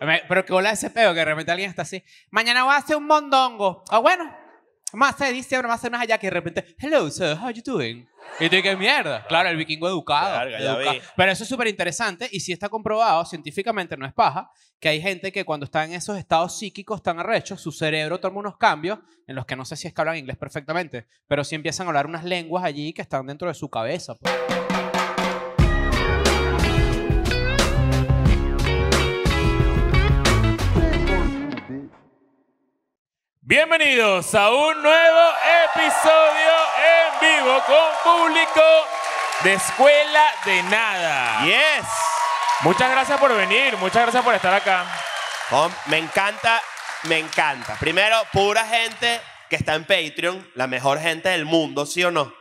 Me- Pero que hola ese pedo que de repente alguien está así. Mañana voy a hacer un mondongo. O bueno, más se dice, pero más se unas allá que de repente, hello, sir, how you doing? Y tú, ¿qué mierda? Claro, el vikingo educado. Verga, ya educado. vi. Pero eso es súper interesante y sí está comprobado científicamente, no es paja, que hay gente que cuando está en esos estados psíquicos tan arrechos, su cerebro toma unos cambios en los que no sé si es que hablan inglés perfectamente, pero sí empiezan a hablar unas lenguas allí que están dentro de su cabeza. pues. Bienvenidos a un nuevo episodio en vivo con público de Escuela de Nada. Yes. Muchas gracias por venir, muchas gracias por estar acá. Com- me encanta, me encanta. Primero, pura gente que está en Patreon, la mejor gente del mundo, ¿sí o no?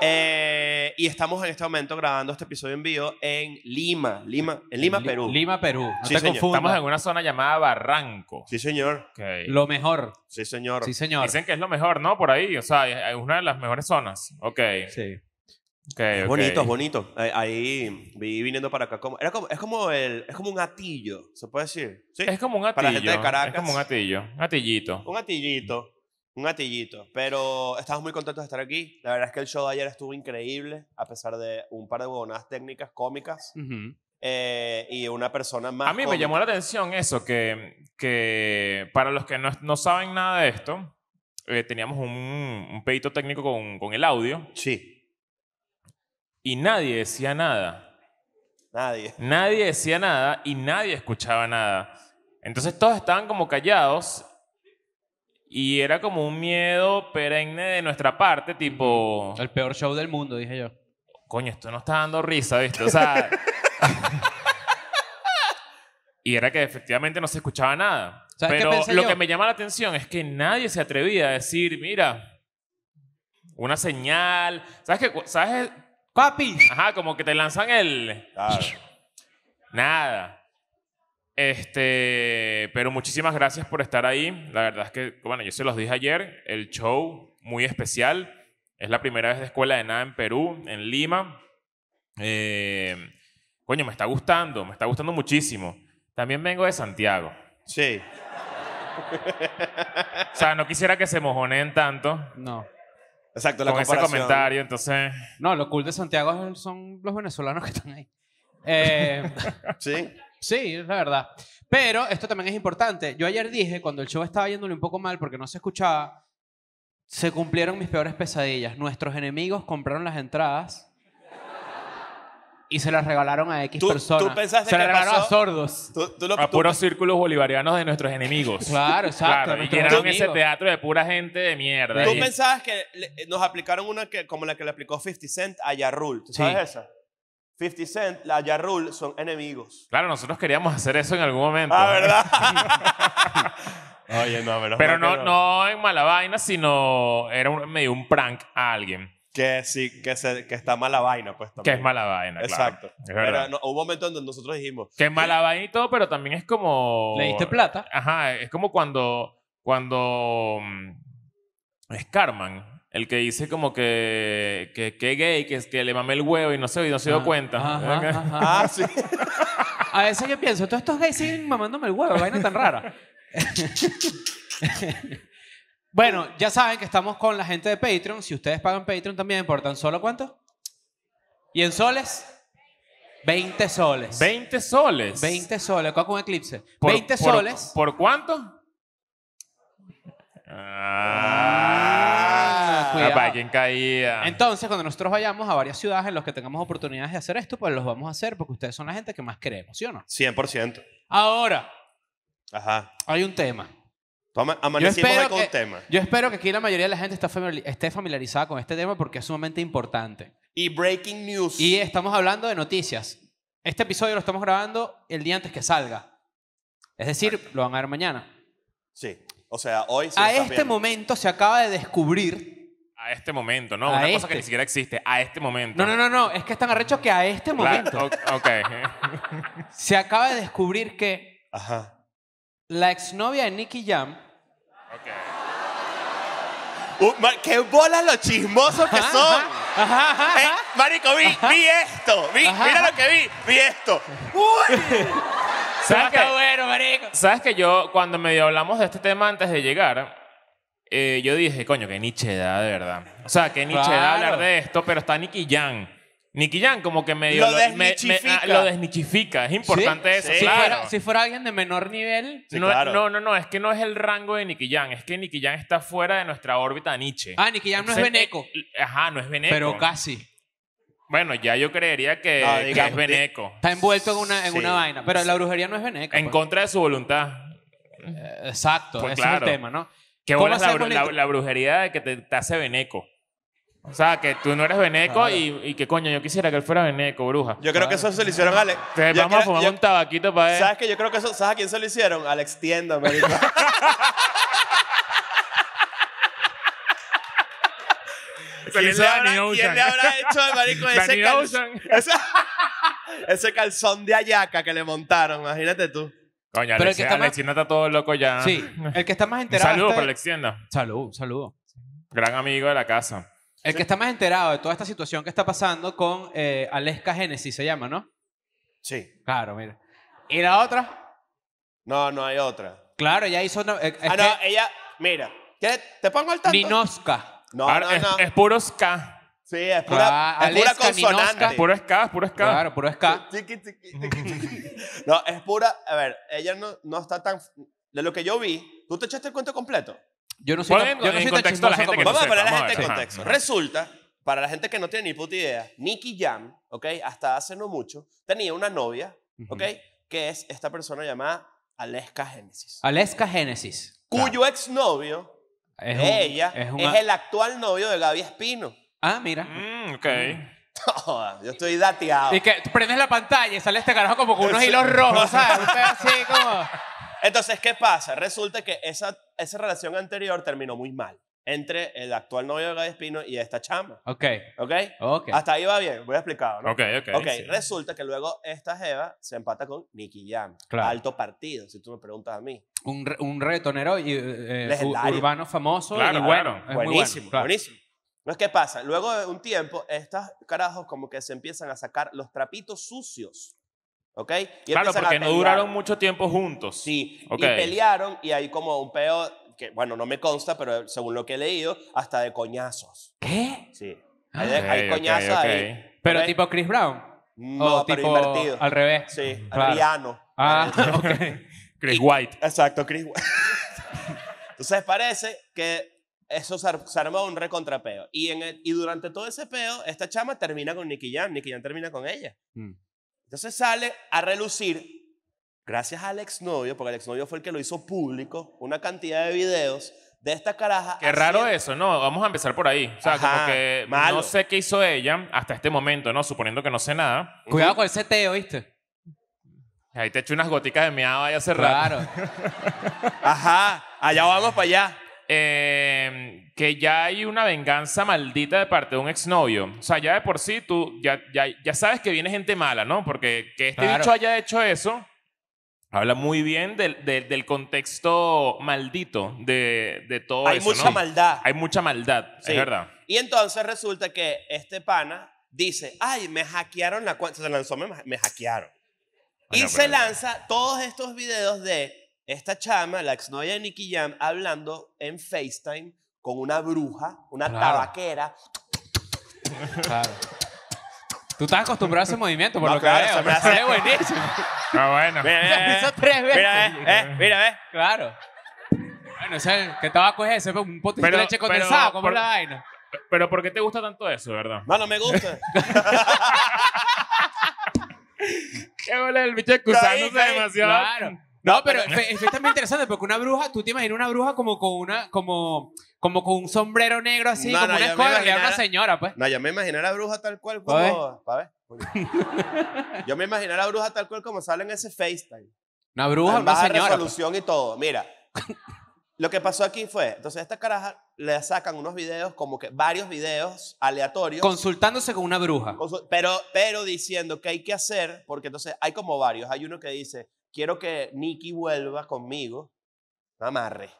Eh, y estamos en este momento grabando este episodio en vivo en Lima, Lima, en Lima, Li- Perú. Lima, Perú. No Sí, te señor. confundas. Estamos en una zona llamada Barranco. Sí, señor. Ok. Lo mejor. Sí, señor. Sí, señor. Dicen que es lo mejor, ¿no? Por ahí, o sea, es- es una de las mejores zonas. Ok. Sí. ok, ok. Bonito, bonito. Ahí, ahí vi viniendo para acá. Como, era como, es, como el, es como un atillo, ¿se puede decir? ¿Sí? Es como un Para la atillo. gente de Caracas. Es como un atillo. Un atillito. Un atillito, un atillito. Pero estamos muy contentos de estar aquí. La verdad es que el show de ayer estuvo increíble, a pesar de un par de huevonadas técnicas cómicas Ujú. eh, y una persona más. A mí me cómica. llamó la atención eso, que, que para los que no, no saben nada de esto, eh, teníamos un, un pedito técnico con, con el audio Sí, y nadie decía nada. nadie. Nadie decía nada y nadie escuchaba nada. Entonces todos estaban como callados y era como un miedo perenne de nuestra parte, tipo, El peor show del mundo, dije yo. coño, esto no está dando risa, ¿viste? O sea... y era que efectivamente no se escuchaba nada. ¿Sabes qué Pero pensé lo yo? que me llama la atención es que nadie se atrevía a decir, mira, una señal, ¿sabes qué? Cu- ¿Sabes? Papi. Ajá, como que te lanzan el... Claro. Nada. Este, pero muchísimas gracias por estar ahí. La verdad es que, bueno, yo se los dije ayer, el show muy especial. Es la primera vez de Escuela de Nada en Perú, en Lima. Eh, coño, me está gustando, me está gustando muchísimo. También vengo de Santiago. Sí. O sea, no quisiera que se mojoneen tanto No. Exacto, la con ese comparación. comentario, entonces... No, lo cool de Santiago es- son los venezolanos que están ahí. Eh, Sí. sí, es la verdad. Pero esto también es importante. Yo ayer dije, cuando el show estaba yéndole un poco mal porque no se escuchaba, se cumplieron mis peores pesadillas. Nuestros enemigos compraron las entradas y se las regalaron a X Tú- tú personas. pensaste se las que regalaron a pasó- sordos. Tú, tú lo, A tú- puros círculos bolivarianos de nuestros enemigos. Claro, exacto. Claro, y nuestros llenaron ese enemigos. teatro de pura gente de mierda. tú Y- pensabas que le- eh, nos aplicaron una que, como la que le aplicó 50 Cent a Yarul. ¿Tú Sí. sabes esa? 50 Cent, la Yarul son enemigos. Claro, nosotros queríamos hacer eso en algún momento. Ah, ¿verdad? Oye, Ah, no, Pero mal que no, no en mala vaina, sino era un- medio un prank a alguien. Que sí, que, se, que está mala vaina, pues Que también. es mala vaina, claro. Exacto. Es Pero verdad. no, hubo un momento en donde nosotros dijimos, Que es mala vaina y todo, pero también es como... ¿Le diste plata? Ajá, es como cuando... Cuando... mm, Es Carman. El que dice como que... Que, que gay, que, que le mamé el huevo y no se, y no se dio Ah, cuenta. ajá, ajá. ah, sí. A veces yo pienso, todos estos gays siguen mamándome el huevo, vaina tan rara. bueno, ya saben que estamos con la gente de Patreon. Si ustedes pagan Patreon también, ¿por tan solo cuánto? ¿Y en soles? 20 soles. 20 soles. 20 soles, acá con Eclipse. Por- 20 por- soles. ¿Por cuánto? Ah, cuidado. papá, ¿quién caía? Entonces, cuando nosotros vayamos a varias ciudades en las que tengamos oportunidades de hacer esto, pues los vamos a hacer porque ustedes son la gente que más queremos, ¿sí o no? 100%. Ahora, Ajá. hay un tema. Toma, Yo amanecimos espero, hoy con que, un tema. yo espero que aquí la mayoría de la gente está famili- esté familiarizada con este tema porque es sumamente importante. Y breaking news. Y estamos hablando de noticias. Este episodio lo estamos grabando el día antes que salga. Es decir, lo van a ver mañana. Sí. O sea, hoy se a está este viendo. momento se acaba de descubrir. A este momento, ¿no? A Una cosa que este. ni siquiera existe. A este momento. No, no, no, no. Es que están arrechos que a este Claro, momento o- ok. se acaba de descubrir que Ajá. la exnovia de Nicky Jam. Ok. Uh, ma- ¡Qué bolas los chismosos que Ajá, son! ajá, ajá, ajá. Eh, marico, vi, vi esto. Vi, Ajá. mira lo que vi. Vi esto. ¡Uy! ¿Sabes qué? bueno, marico! Sabes que yo, cuando medio hablamos de este tema antes de llegar, eh, yo dije, coño, qué nichedad, de verdad. O sea, qué nichedad Claro. hablar de esto, pero está Nicky Jan. Nicky Jan como que medio... Lo me- me- desnichifica. ah, lo desnichifica. Es importante Sí, eso, sí. Si, claro. fuera, si fuera alguien de menor nivel... Sí, no, claro. no, no, no, es que no es el rango de Nicky Jan. Es que Nicky Jan está fuera de nuestra órbita Nietzsche. Ah, Nicky Jam no es Entonces, Beneco. eh, Ajá, no es Beneco. Pero casi. Bueno, ya yo creería que, No, que digamos, es Beneco. Está envuelto en una, en Sí, una vaina. Pero la brujería no es Beneco. En pues. contra de su voluntad. Eh, Exacto, Pues ese claro. es el tema, ¿no? Que ¿Cómo buena es la, hacemos bru- la la- la brujería de que te, te hace veneco. O sea, que tú no eres veneco Claro. y, y que coño, yo quisiera que él fuera veneco, bruja. Yo creo que eso se lo hicieron a Alex. Te Yo vamos a creo- fumar yo- un tabaquito para él. ¿Sabes qué? Yo creo que eso, ¿sabes a quién se lo hicieron? Alex Tienda, marico. le ¿Quién le hizo a habrá- Danny quién Ocean. le habrá hecho al marico ese, Danny cal- Ocean. ese, ese calzón de ayaca que le montaron? Imagínate tú. Pero Coño, el Alexi- que está más- Alexina está todo loco ya. Sí, el que está más Un enterado. Ah. saludo está- para Alexina, Salud, un saludo. gran amigo de la casa. El que está más enterado de toda esta situación que está pasando con eh, Aleska Genesis, se llama, ¿no? Sí. Claro, mira. ¿Y la otra? No, no hay otra. Claro, ella hizo. una- eh, es ah, no, ella. Mira. ¿Qué? ¿Te pongo al tanto? Ninoska. No, Ahora, no, Ah, es, no. es puro ska. sí, es pura, Ah, es pura Aleska Ninoska. consonante. Es puro ska, es puro ska. Claro, puro ska. Tiqui, tiqui, tiqui. no, es pura. A ver, ella no, no está tan. De lo que yo vi, ¿tú te echaste el cuento completo? Yo no soy Pon tan, en- yo no en soy tan contexto a la chismoso gente como que tú. Vamos a sepa, poner a la vamos a gente en ver, ajá, contexto. ajá. Resulta, para la gente que no tiene ni puta idea, Nicky Jam, ¿ok? Hasta hace no mucho, tenía una novia, ¿ok? Que es esta persona llamada Aleska Genesis. Aleska Genesis. Cuyo exnovio, Es un- ella, es, es un- el actual novio de Gaby Espino. Ah, mira. Mm, ok. Joda, Yo estoy dateado. Y que tú prendes la pantalla y sale este carajo como con unos hilos rojos, ¿sabes? Un pedo así como. Entonces, ¿qué pasa? Resulta que esa, esa relación anterior terminó muy mal entre el actual novio de Gaby Espino y esta chama, Ok, ¿ok? ok. Hasta ahí va bien, voy a explicar, ¿no? Ok, ok. Ok, sí. resulta que luego esta Jeva se empata con Nicky Jam. Claro. Alto partido, si tú me preguntas a mí. Un, re- un reggaetonero y, eh, eh, u- Legendario. urbano famoso Claro, y bueno. claro. es muy bueno, buenísimo, claro. buenísimo. No es que pasa, luego de un tiempo, estos carajos como que se empiezan a sacar los trapitos sucios. ¿Ok? Y Claro, empiezan a porque no pelear. duraron mucho tiempo juntos. Sí, Ok. y pelearon y hay como un peo que, bueno, no me consta, pero según lo que he leído, hasta de coñazos. ¿Qué? Ah. Sí. Hay, Ok, hay ok, coñazos ok. ahí. Pero ¿ok? tipo Chris Brown. No, o pero tipo invertido. al revés. Sí, Claro. Adriano. Ah, ok. Chris White. Exacto, Chris Webber. Entonces parece que eso se, ar- se armó un recontrapeo. Y, en el- y durante todo ese peo, esta chama termina con Nicky Jam. Nicky Jam termina con ella. Mm. Entonces sale a relucir, gracias al exnovio, porque el exnovio fue el que lo hizo público, una cantidad de videos de esta caraja. Qué raro haciendo- eso, ¿no? Vamos a empezar por ahí. O sea, Ajá, como que malo. no sé qué hizo ella hasta este momento, ¿no? Suponiendo que no sé nada. Cuidado con el seteo, ¿viste? Ahí te echo unas goticas de miado ahí hace rato. Claro. Ajá, allá vamos para allá. Eh, que ya hay una venganza maldita de parte de un exnovio. O sea, ya de por sí tú ya, ya, ya sabes que viene gente mala, ¿no? Porque que este Claro. bicho haya hecho eso habla muy bien del, del- del contexto maldito de, de todo Hay Oh, eso, mucha ¿no? maldad. Hay mucha maldad, Sí. es verdad. Y entonces resulta que este pana dice, ay, me hackearon la cuenta, se lanzó, me, me hackearon. Bueno, y se pero- lanza todos estos videos de esta chama, la exnovia de Nicky Jam, hablando en FaceTime con una bruja, una Claro. tabaquera. claro. Tú estás acostumbrado a ese movimiento, por No, lo que claro, veo. se me hace- Es buenísimo. Ah, bueno. Se hizo tres veces. eh, mira, eh. Claro. Bueno, o sea, ¿qué tabaco es pues, ese? Un potito Pero- de leche pero- condensada, ¿cómo es por- la vaina? Pero ¿por qué te gusta tanto eso, verdad? No, no me gusta. Qué bola el bicho excusándose demasiado. Claro. No, pero fe- esto está muy interesante porque una bruja, tú te imaginas una bruja como con una, como, como con un sombrero negro así, No, como no, una yo me escoba, y a una imaginara- señora, pues. No, yo me imaginé a la bruja tal cual Pa' ver. como... pa' ver. Yo me imaginé a la bruja tal cual como sale en ese FaceTime. Una bruja, en una baja señora. pues. resolución y todo. Mira, lo que pasó aquí fue, entonces esta caraja le sacan unos videos, como que varios videos aleatorios, Consultándose con una bruja. con su- pero, pero diciendo que hay que hacer, porque entonces hay como varios. Hay uno que dice, quiero que Nicky vuelva conmigo, no amarre.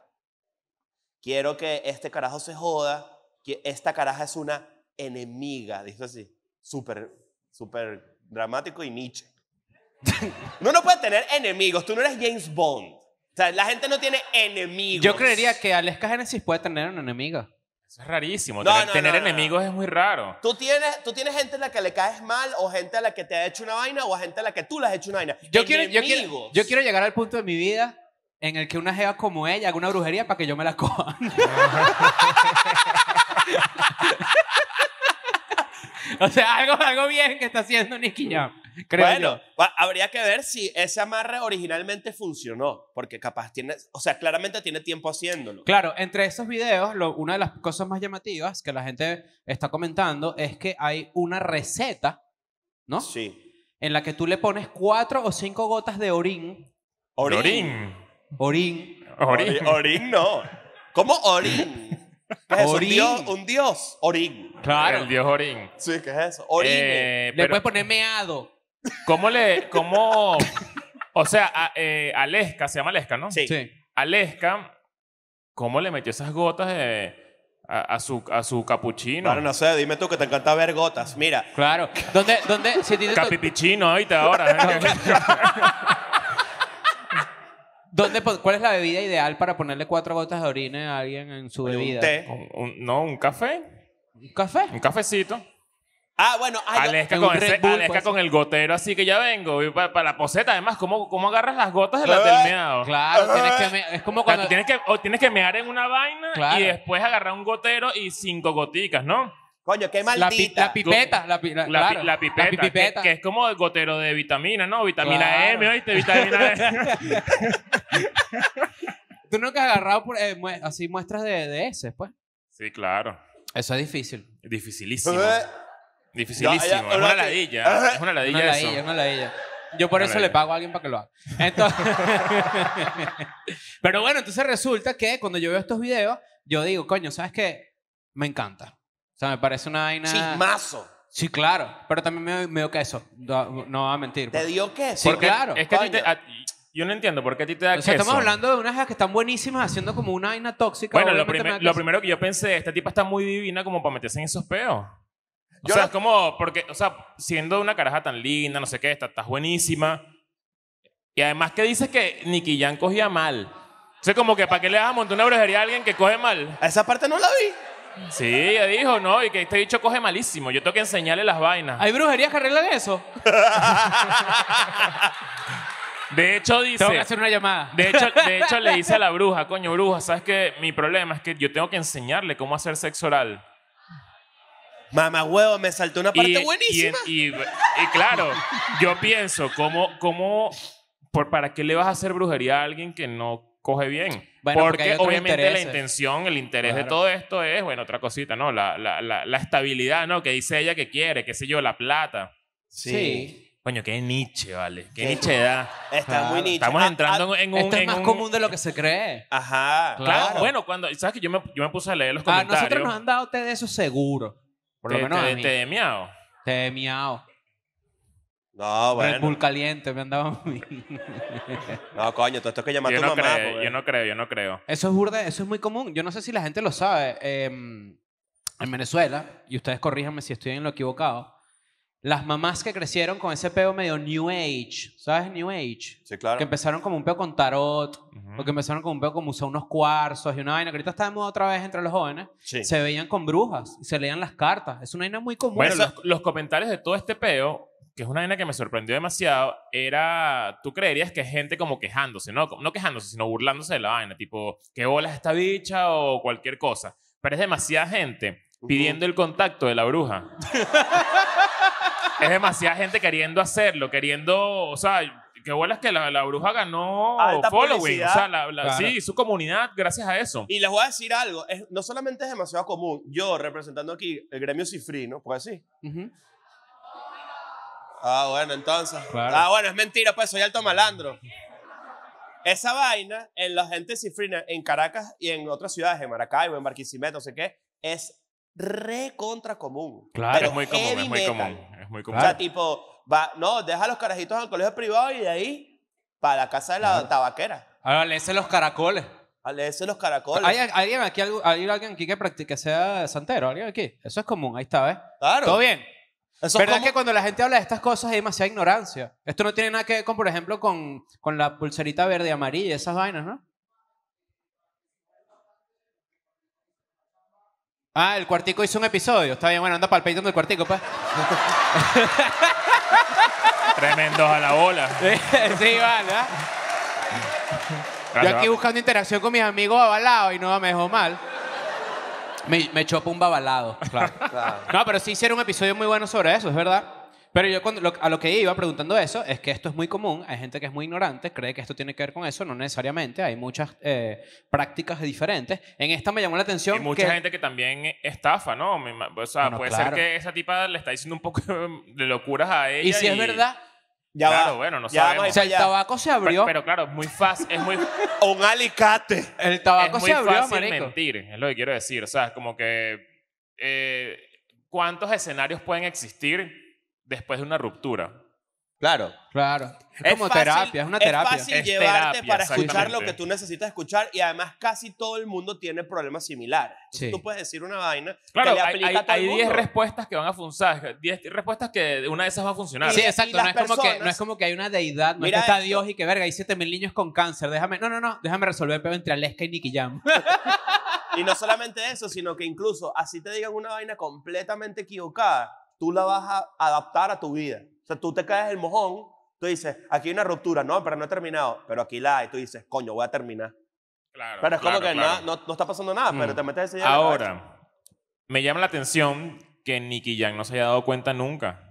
Quiero que este carajo se joda, que esta caraja es una enemiga, dice así, súper, súper dramático y Nietzsche. Uno no puede tener enemigos. Tú no eres James Bond. O sea, la gente no tiene enemigos. Yo creería que Aleska Genesis puede tener una enemiga. Eso es rarísimo. No, tener no, tener no, no. enemigos es muy raro. Tú tienes, tú tienes gente a la que le caes mal, o gente a la que te ha hecho una vaina, o a gente a la que tú le has hecho una vaina. Yo quiero, yo, quiero, Enemigos. yo quiero llegar al punto de mi vida en el que una jeva como ella haga una brujería para que yo me la coja. o sea, algo, algo bien que está haciendo Nicky Jam. Creo bueno, yo. va- habría que ver si ese amarre originalmente funcionó, porque capaz tiene, o sea, claramente tiene tiempo haciéndolo. Claro, entre esos videos, lo- una de las cosas más llamativas que la gente está comentando es que hay una receta, ¿no? Sí. En la que tú le pones cuatro o cinco gotas de orín. Orín. Orín. Orín. Ori- Orín no. ¿Cómo orín? ¿Qué es eso? Orín. Un dios, un dios. Orín. Claro. El dios Orín. Sí, ¿qué es eso? Orín. Eh, Le pero- puedes poner meado. ¿Cómo le.? ¿Cómo.? O sea, a- eh, Aleska, se llama Aleska, ¿no? Sí. Sí. Aleska, ¿cómo le metió esas gotas de- a, a su, a su capuchino? Claro, no sé, dime tú que te encanta ver gotas. Mira, Claro. ¿Dónde, dónde, si a ti te to- Capipichino, ahorita ahora. dónde pon- ¿Cuál es la bebida ideal para ponerle cuatro gotas de orina a alguien en su bebida? un té. Un- un- no, un café. ¿Un café? Un cafecito. Ah, bueno, ay, yo- Aleska un con, Red ese- Bull, Aleska pues. con el gotero, así que ya vengo. Y para, la poseta, además, ¿cómo, cómo agarras las gotas de la del meado? Claro, tienes que me- es como O sea, cuando tú tienes que, o tienes que mear en una vaina Claro. y después agarrar un gotero y cinco goticas, ¿no? coño, qué la, pi- maldita. la pipeta, la, pi- la- La, pi- claro, la pipeta, pi- que- pipeta. Que, es como el gotero de vitamina, ¿no? Vitamina Claro. M, ¿oíste? Vitamina E. Tú nunca has agarrado por- eh, mue- así muestras de, de ese, pues. sí, claro. Eso es difícil. Dificilísimo. Eh, Dificilísimo. No, ya- es una ahora que- ladilla. es una ladilla Una eso. ladilla, una ladilla. Yo por Una eso le ladilla. pago a alguien para que lo haga. Entonces, pero bueno, entonces resulta que cuando yo veo estos videos, yo digo, coño, ¿sabes qué? Me encanta. O sea, me parece una vaina... Chismazo. Sí, claro. Pero también me, me dio queso. No, no voy a mentir. pues. ¿Te dio qué? Sí, Porque claro. Es que a ti te- Coño. a- yo no entiendo por qué a ti te da O sea, estamos queso. hablando de unas hijas que están buenísimas haciendo como una vaina tóxica. Bueno, lo, obviamente me primer- da lo queso. primero que yo pensé, esta tipa está muy divina como para meterse en esos peos. O Yo sea, no- es como, porque, o sea, siendo una caraja tan linda, no sé qué, está- estás buenísima. Y además que dices que Nicky Jan cogía mal. O sea, como que ¿para qué le vas a montar una brujería a alguien que coge mal? Esa parte no la vi. Sí, ella dijo, no, y que este dicho coge malísimo. Yo tengo que enseñarle las vainas. ¿Hay brujerías que arreglan eso? De hecho, dice... Tengo que hacer una llamada. De hecho, de hecho, le dice a la bruja, coño, bruja, ¿sabes qué? Mi problema es que yo tengo que enseñarle cómo hacer sexo oral. Mamá huevo, me saltó una parte buenísima. Y, y- y claro, yo pienso, ¿cómo, cómo, por, ¿para qué le vas a hacer brujería a alguien que no coge bien? Bueno, porque hay porque otros obviamente la intereses. intención, el interés de Claro. todo esto es, bueno, otra cosita, ¿no? La, la, la, la estabilidad, ¿no? Que dice ella que quiere, qué sé yo, la plata. Sí. Coño, qué niche, ¿vale? Qué Sí. niche da. Está Claro. muy nicho. Estamos Ah, entrando en un... Esto es en más un- común de lo que se cree. ah, Ajá. Claro, Ah, Claro. bueno, cuando, ¿sabes que yo me, yo me puse a leer los A comentarios? Ah, nosotros nos han dado té de eso seguro. Por lo Te- menos te- a mí. te de miau. Té de miau. No, Red Bull bueno. caliente me han dado a mí. No, coño, todo esto que llamar a Yo tu no, mamá. pues. creo, porque- yo no creo, yo no creo. Eso es burda, eso es muy común. Yo no sé si la gente lo sabe. eh, en Venezuela, y ustedes corríjanme si estoy en lo equivocado, las mamás que crecieron con ese peo medio New Age, ¿sabes? New Age. Sí, claro. Que empezaron como un peo con tarot, Ujú. o que empezaron como un peo como usar unos cuarzos y una vaina, que ahorita estamos otra vez entre los jóvenes, Sí. se veían con brujas, y se leían las cartas. Es una vaina muy común. Bueno, Bueno, los, los comentarios de todo este peo, que es una vaina que me sorprendió demasiado, era, tú creerías que es gente como quejándose, ¿no? No quejándose, sino burlándose de la vaina, tipo, ¿qué bola es esta bicha o cualquier cosa? Pero es demasiada gente pidiendo el contacto de la bruja. es demasiada gente queriendo hacerlo, queriendo, o sea... Qué bola es que la, la bruja ganó Alta following. publicidad. O sea, la- la- Claro. sí, su comunidad gracias a eso. Y les voy a decir algo. es- no solamente es demasiado común. Yo, representando aquí el gremio cifrino, pues sí. Ujú. Ah, bueno, entonces. Claro. Ah, bueno, es mentira, pues soy alto malandro. Esa vaina en la gente cifrina en Caracas y en otras ciudades, en Maracaibo, en Barquisimeto, no sé qué, es re contra común. Claro, Pero es muy común, heavy es muy metal. común. Es muy común. O sea, tipo, va, no, deja los carajitos al colegio privado y de ahí para la casa de la tabaquera. Ahora, léese los caracoles. A leerse los caracoles. ¿Hay, hay alguien aquí, algo- hay alguien aquí que practique sea santero? ¿Alguien aquí? Eso es común, ahí está, ¿ves? claro. ¿Todo bien? Eso es ¿Verdad como- que cuando la gente habla de estas cosas hay demasiada ignorancia? Esto no tiene nada que ver con, por ejemplo, con, con la pulserita verde y amarilla, esas vainas, ¿no? Ah, el cuartico hizo un episodio. Está bien, bueno, anda para el Patreon del cuartico, pues. Tremendos a la bola. sí, vale, ¿ah? Yo aquí buscando interacción con mis amigos babalados y no me dejó mal. Me, me chopo un babalado, claro. Claro. No, pero sí hicieron un episodio muy bueno sobre eso, es verdad. Pero yo cuando, lo- a lo que iba preguntando eso es que esto es muy común. Hay gente que es muy ignorante, cree que esto tiene que ver con eso. No necesariamente. Hay muchas eh, prácticas diferentes. En esta me llamó la atención Y mucha que- gente que también estafa, ¿no? Me ima- O sea, Bueno, puede claro. ser que esa tipa le está diciendo un poco de locuras a ella. Y si es verdad, Ya Claro, va. bueno, no ya vamos sabemos. o sea, el allá. tabaco se abrió. Pero, pero claro, es muy fácil. Es muy, es Un alicate. el tabaco muy se abrió, fácil marico. mentir, es lo que quiero decir. O sea, es como que. eh, ¿Cuántos escenarios pueden existir después de una ruptura? Claro. Claro. Es, Es como fácil- terapia, es una terapia. Es fácil Es llevarte terapia, para escuchar lo exactamente. que tú necesitas escuchar y además casi todo el mundo tiene problemas similares. Entonces Sí. Tú puedes decir una vaina Claro, que le hay- aplica hay a todo el hay 10 mundo. respuestas que van a funcionar. 10 respuestas que una de esas va a funcionar. Sí, Y- y exacto. las No es, como que, personas- no es como que hay una deidad. No es que Mira está esto. Dios y que verga, hay 7000 niños con cáncer. Déjame. No, no, no. Déjame resolver el pedo entre Aleska y Nicky Jam. Y no solamente eso, sino que incluso así te digan una vaina completamente equivocada, tú la vas a adaptar a tu vida. O sea, tú te caes el mojón, tú dices, aquí hay una ruptura, no, pero no he terminado, pero aquí la hay, tú dices, coño, voy a terminar. Claro, Pero es como claro, que claro. nada- no, no está pasando nada, pero Mm. te metes ese Ahora, me llama la atención que Nicky Jan no se haya dado cuenta nunca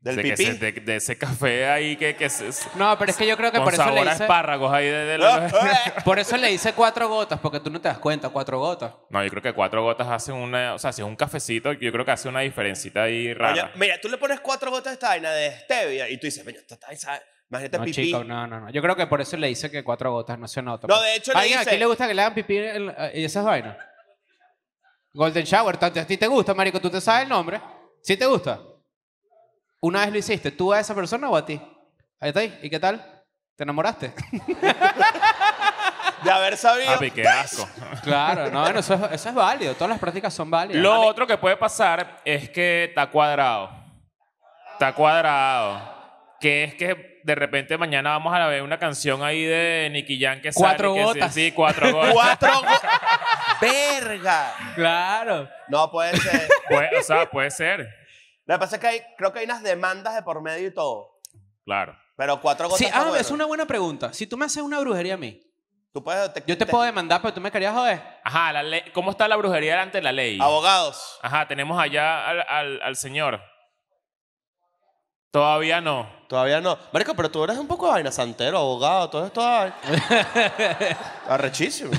del de, que pipí. se- de- de ese café ahí que, que se, No, pero es que yo creo que con por eso, le sabor a hice, espárragos ahí de, de la- Ah, por eso le hice cuatro gotas, porque tú no te das cuenta, cuatro gotas. No, yo creo que cuatro gotas hacen una... O sea, si es un cafecito, yo creo que hace una diferencita ahí eh. Coño, rara. Mira, tú le pones cuatro gotas de esta vaina de stevia y tú dices, "Coño, esta- esta- esa- imagínate No, pipí. chico, no, no, no. Yo creo que por eso le hice que cuatro gotas no se nota. No, pues. de hecho le ¿Alguien hice- aquí le gusta que le hagan pipí en la- eh, y esas vainas? Golden Shower, ¿a ti te gusta, marico? ¿Tú te sabes el nombre? ¿Sí te gusta? ¿Una vez lo hiciste? ¿Tú a esa persona o a ti? Ahí está ahí. ¿Y qué tal? ¿Te enamoraste? De haber sabido. Papi, qué asco. claro, no, bueno, eso es, eso es válido. Todas las prácticas son válidas. Lo otro que puede pasar es que está cuadrado. Está cuadrado. Que es que de repente mañana vamos a ver una canción ahí de Nicky Jan que sale, Cuatro que sí- gotas. Sí, cuatro gotas. Cuatro go- ¡Verga! Claro. No puede ser. Puede- o sea, puede ser. Lo que pasa es que hay, creo que hay unas demandas de por medio y todo. Claro. Pero cuatro gotas Sí, está ah, bueno. es una buena pregunta. Si tú me haces una brujería a mí, Tú puedes- yo te puedo demandar, pero tú me querías joder. Ajá, la ley- ¿cómo está la brujería ante la ley? Abogados. Ajá, tenemos allá al, al- al señor. Todavía no. Todavía no. Marico, pero tú eres un poco de vaina santero, abogado, todo esto. ay. Arrechísimo.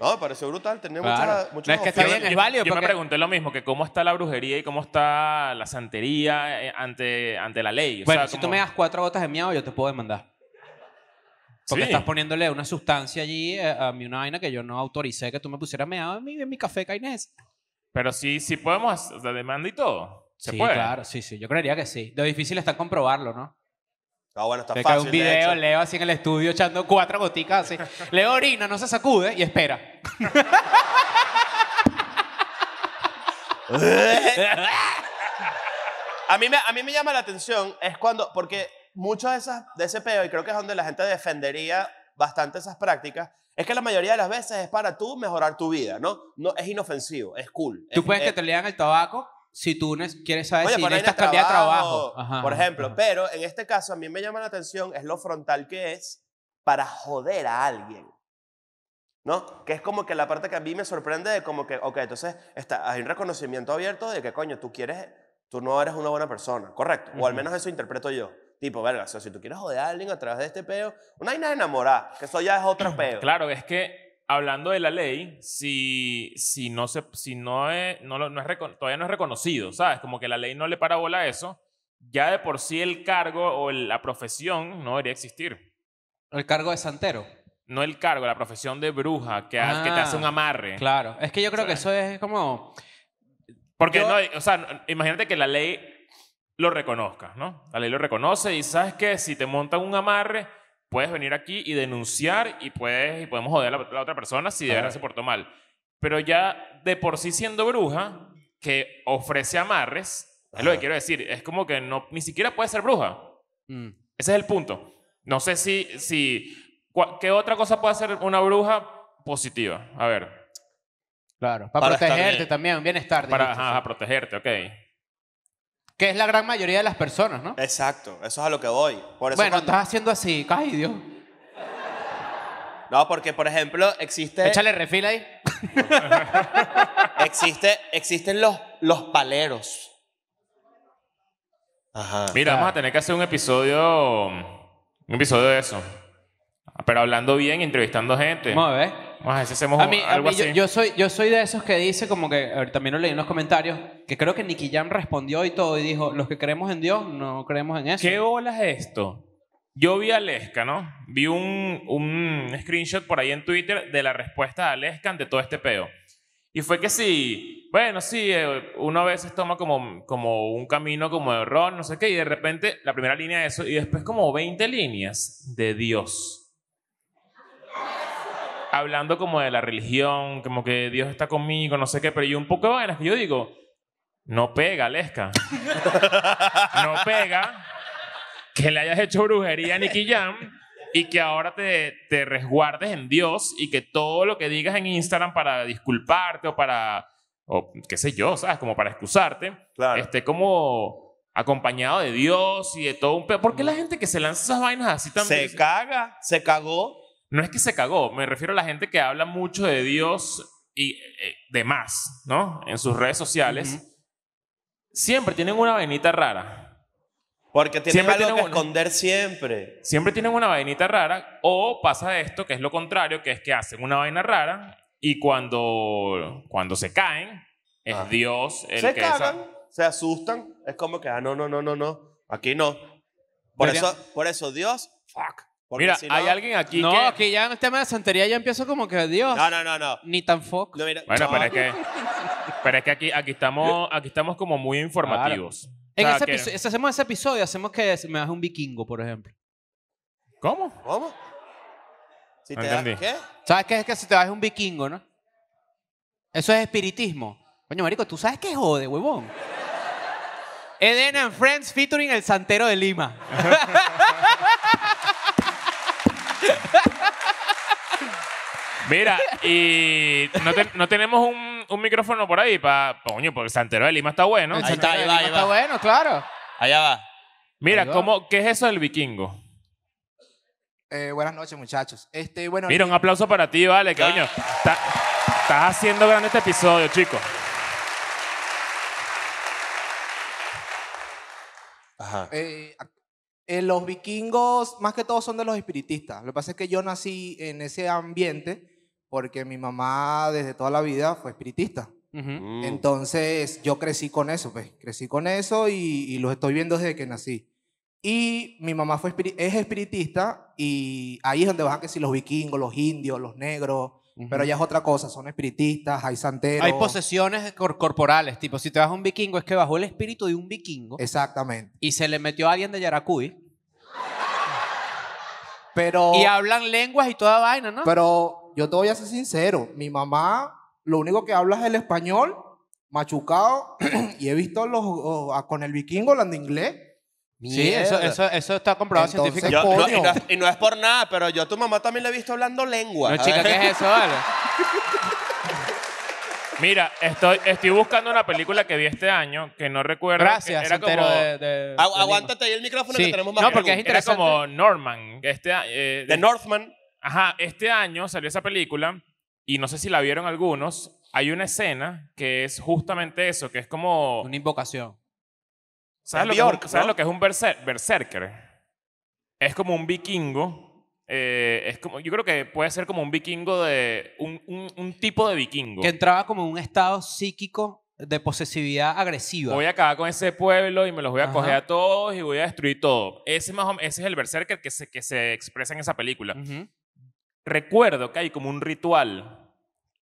No, me pareció brutal. Tenía Claro. muchas, muchas No, es que está opciones. bien, es válido. Yo me porque- pregunté lo mismo, que cómo está la brujería y cómo está la santería eh, ante, ante la ley. O Bueno, sea, si tú como- me das cuatro gotas de miau, yo te puedo demandar. Porque Sí. estás poniéndole una sustancia allí eh, a mí, una vaina que yo no autoricé que tú me pusieras meado en mi, en mi café cainés. Pero sí, sí podemos hacer la demanda y todo. Se sí, puede. claro, sí, sí. Yo creería que sí. Lo difícil está comprobarlo, ¿no? Ah, bueno, está Te cae fácil. un de video, hecho. Leo así en el estudio echando cuatro goticas así. Leo orina, no se sacude y espera. a, mí me, a mí me llama la atención es cuando, porque muchos de, esas, de ese peo, y creo que es donde la gente defendería bastante esas prácticas, es que la mayoría de las veces es para tú mejorar tu vida, ¿no? no es inofensivo, es cool. Tú es- puedes es- que te lean el tabaco si tú ne- quieres saber Eh, Oye, si por ahí necesitas en el cambiar de trabajo. Ajá, Por ajá, ejemplo, ajá. pero en este caso a mí me llama la atención es lo frontal que es para joder a alguien. ¿No? Que es como que la parte que a mí me sorprende de como que, ok, entonces está, hay un reconocimiento abierto de que, coño, tú quieres, tú no eres una buena persona, ¿correcto? O al menos eso interpreto yo. Tipo, verga, o sea, si tú quieres joder a alguien a través de este peo, una vaina de enamorar, que eso ya es otro peo. Claro, es que hablando de la ley, si, si, no, se, si no, es, no, lo- no es recon- todavía no es reconocido, ¿sabes? Como que la ley no le para bola a eso, ya de por sí el cargo o el- la profesión no debería existir. El cargo de santero. No el cargo, la profesión de bruja que, ha- que te Ah, hace un amarre. Claro. Es que yo creo que eso es como. Porque, Yo- no, o sea, imagínate que la ley lo reconozca, ¿no? La ley lo reconoce y sabes que si te montan un amarre, puedes venir aquí y denunciar y, puedes, y podemos joder a la, la otra persona si de verdad se portó mal. Pero ya de por sí siendo bruja, que ofrece amarres, Es lo que quiero decir. Es como que no, ni siquiera puede ser bruja. Mm. Ese es el punto. No sé si, si cua- ¿qué otra cosa puede hacer una bruja positiva? A ver, Claro, para, Para estar protegerte bien. también, bienestar. para dijiste, ajá, sí. protegerte, ok. Que es la gran mayoría de las personas, ¿no? Exacto, eso es a lo que voy. Eh, Por eso bueno, cuando- estás haciendo así, ay Dios. No, porque por ejemplo existe, Échale refil ahí. existe, existen los, los paleros. Ajá. Mira, vamos a tener que hacer un episodio, un episodio de eso. Pero hablando bien, entrevistando gente. Vamos a ver. Vamos a ver si hacemos A mí, a algo mí yo, así. yo soy, yo soy de esos que dice, como que ahorita también lo leí en los comentarios, que creo que Nicky Jam respondió y todo y dijo, los que creemos en Dios no creemos en eso. ¿Qué ola es esto? Yo vi a Aleska, ¿no? Vi un, un screenshot por ahí en Twitter de la respuesta de Aleska ante todo este peo. Y fue que sí, bueno, sí, eh, uno a veces toma como, como un camino como de error, no sé qué, y de repente la primera línea de eso, y después como 20 líneas de Dios. Hablando como de la religión, como que Dios está conmigo, no sé qué, pero yo un poco de vainas que yo digo, no pega, Aleska. no pega que le hayas hecho brujería a Nicky Jam y que ahora te, te resguardes en Dios y que todo lo que digas en Instagram para disculparte o para, o qué sé yo, ¿sabes? Como para excusarte, Claro. esté como acompañado de Dios y de todo un pedo. ¿Por qué la gente que se lanza esas vainas así también? Se caga, se cagó. No es que se cagó, me refiero a la gente que habla mucho de Dios y eh, de más, ¿no? En sus redes sociales. Siempre tienen una vainita rara. Porque tienen Siempre algo tiene que uno. esconder siempre. siempre tienen una vainita rara o pasa esto que es lo contrario, que es que hacen una vaina rara y cuando, cuando se caen es Ah. Dios el se que cagan, esa- se asustan. Es como que, ah, no, no, no, no, no. Aquí no. Por, Pero eso, por eso, Dios, fuck. Porque Mira, si no- hay alguien aquí No, que aquí ya en el tema de santería ya empiezo como que Dios, No, no, no, no. ni tan foco. No, mira, Bueno, no. pero es que pero es que aquí aquí estamos aquí estamos como muy informativos. En O sea, ese que- episo- si hacemos ese episodio, hacemos que me hagas un vikingo, por ejemplo. ¿Cómo? ¿Cómo? Si No te das, entendí. ¿Qué? ¿Sabes qué es que si te bajes un vikingo, no? Eso es espiritismo. Coño, marico, ¿tú sabes qué jode, huevón? Eden and Friends featuring el santero de Lima. Mira, y no, te- no tenemos un, un micrófono por ahí para coño, porque Santero de Lima está bueno. El Ahí santero está, ahí de va, Lima ahí está va. bueno, claro. Allá va. Mira, ahí va. ¿cómo qué es eso del vikingo? Eh, buenas noches, muchachos. Este, bueno, Mira, un aplauso para ti, vale, que Ah. coño. está- Estás haciendo grande este episodio, chicos. Ajá. eh, eh, los vikingos, más que todo, son de los espiritistas. Lo que pasa es que yo nací en ese ambiente porque mi mamá desde toda la vida fue espiritista. Ujú. Mm. Entonces, yo crecí con eso, pues. Crecí con eso y, y los estoy viendo desde que nací. Y mi mamá fue espiri- es espiritista y ahí es donde bajan que si los vikingos, los indios, los negros, pero ya es otra cosa, son espiritistas, hay santeros. Hay posesiones cor- corporales, tipo, si te vas a un vikingo es que bajó el espíritu de un vikingo Exactamente. y se le metió a alguien de Yaracuy Pero y hablan lenguas y toda vaina, ¿no? Pero yo te voy a ser sincero, mi mamá lo único que habla es el español, machucado, y he visto los o- a- con el vikingo hablando inglés. sí, eso, Mierda. eso, eso está comprobado Entonces- científicamente. Yo- no, y, coño. no, es- y no es por nada, pero yo a tu mamá también la he visto hablando lengua. No, chica, ¿qué es eso, vale? Mira, estoy, estoy buscando una película que vi este año que no recuerdo. Gracias, que santero de, de- Agu- de Lima. aguántate ahí el micrófono Sí. que tenemos más No, porque es preguntas. Era como Norman. Este, a- eh, The Northman. ajá, este año salió esa película y no sé si la vieron algunos. Hay una escena que es justamente eso, que es como... Una invocación. ¿Sabes, Es lo, que es un- Bjork, sabes ¿no? lo que es un berser- berserker? Es como un vikingo. eh, es como, yo creo que puede ser como un vikingo de... Un, un- un tipo de vikingo. Que entraba como en un estado psíquico de posesividad agresiva. Voy a acabar con ese pueblo y me los voy a Ajá. coger a todos y voy a destruir todo. Ese, más o men- ese es el berserker que se, que se expresa en esa película. Ujú. Recuerdo que hay como un ritual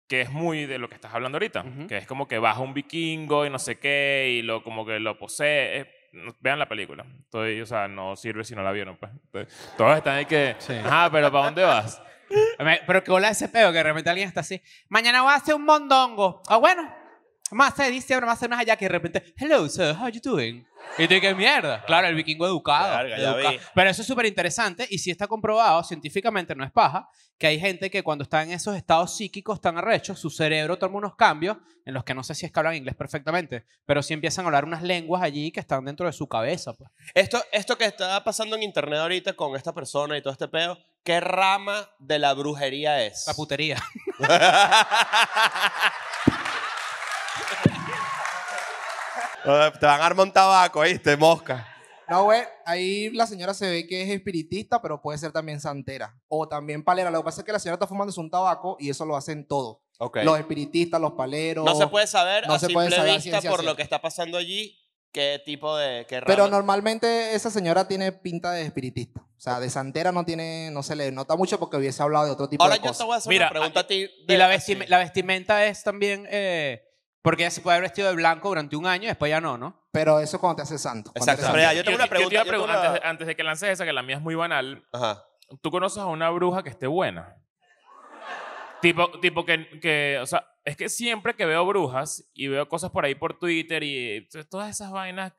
que es muy de lo que estás hablando ahorita, Ujú. que es como que baja un vikingo y no sé qué y lo como que lo posee. Eh, no- Vean la película. Estoy, o sea, no sirve si no la vieron. Pues. Entonces, Todos están ahí que, Sí. ajá, pero ¿para dónde vas? Me- Pero que hola ese peo, que de repente alguien está así. Mañana voy a hacer un mondongo. Ah, bueno. más se dice, ahora más se más allá, que de repente, hello, sir, how you doing? Y tú, ¿qué mierda? Claro, el vikingo educado. Verga, ya educado. vi. Pero eso es súper interesante y sí está comprobado científicamente, no es paja, que hay gente que cuando está en esos estados psíquicos tan arrechos, su cerebro toma unos cambios en los que no sé si es que hablan inglés perfectamente, pero sí empiezan a hablar unas lenguas allí que están dentro de su cabeza. Pues. Esto, esto que está pasando en internet ahorita con esta persona y todo este pedo, ¿qué rama de la brujería es? La putería. Eh, Te van a armar un tabaco, ¿viste? Mosca. No, güey, ahí la señora se ve que es espiritista, pero puede ser también santera o también palera. Lo que pasa es que la señora está fumándose un tabaco y eso lo hacen todos. Ok. Los espiritistas, los paleros. no se puede saber no a se simple puede saber a vista ciencia por lo cierta. que está pasando allí qué tipo de qué rama. Pero normalmente esa señora tiene pinta de espiritista. O sea, de santera no tiene, no se le nota mucho porque hubiese hablado de otro tipo Ahora de yo te cosas. voy a hacer Mira, una pregunta a ti. Y de- la, así. vestim- la vestimenta es también, eh, porque ella se puede haber vestido de blanco durante un año y después ya no, ¿no? Pero eso cuando te hace santo. cuando Exacto. eres Pero ya, santo. yo tengo una te- yo te iba pregunta. a yo tengo preguntar, una- antes, de- antes de que lances esa, que la mía es muy banal, Ajá. ¿tú conoces a una bruja que esté buena? tipo, tipo que, que, o sea, es que siempre que veo brujas y veo cosas por ahí por Twitter y eh, todas esas vainas,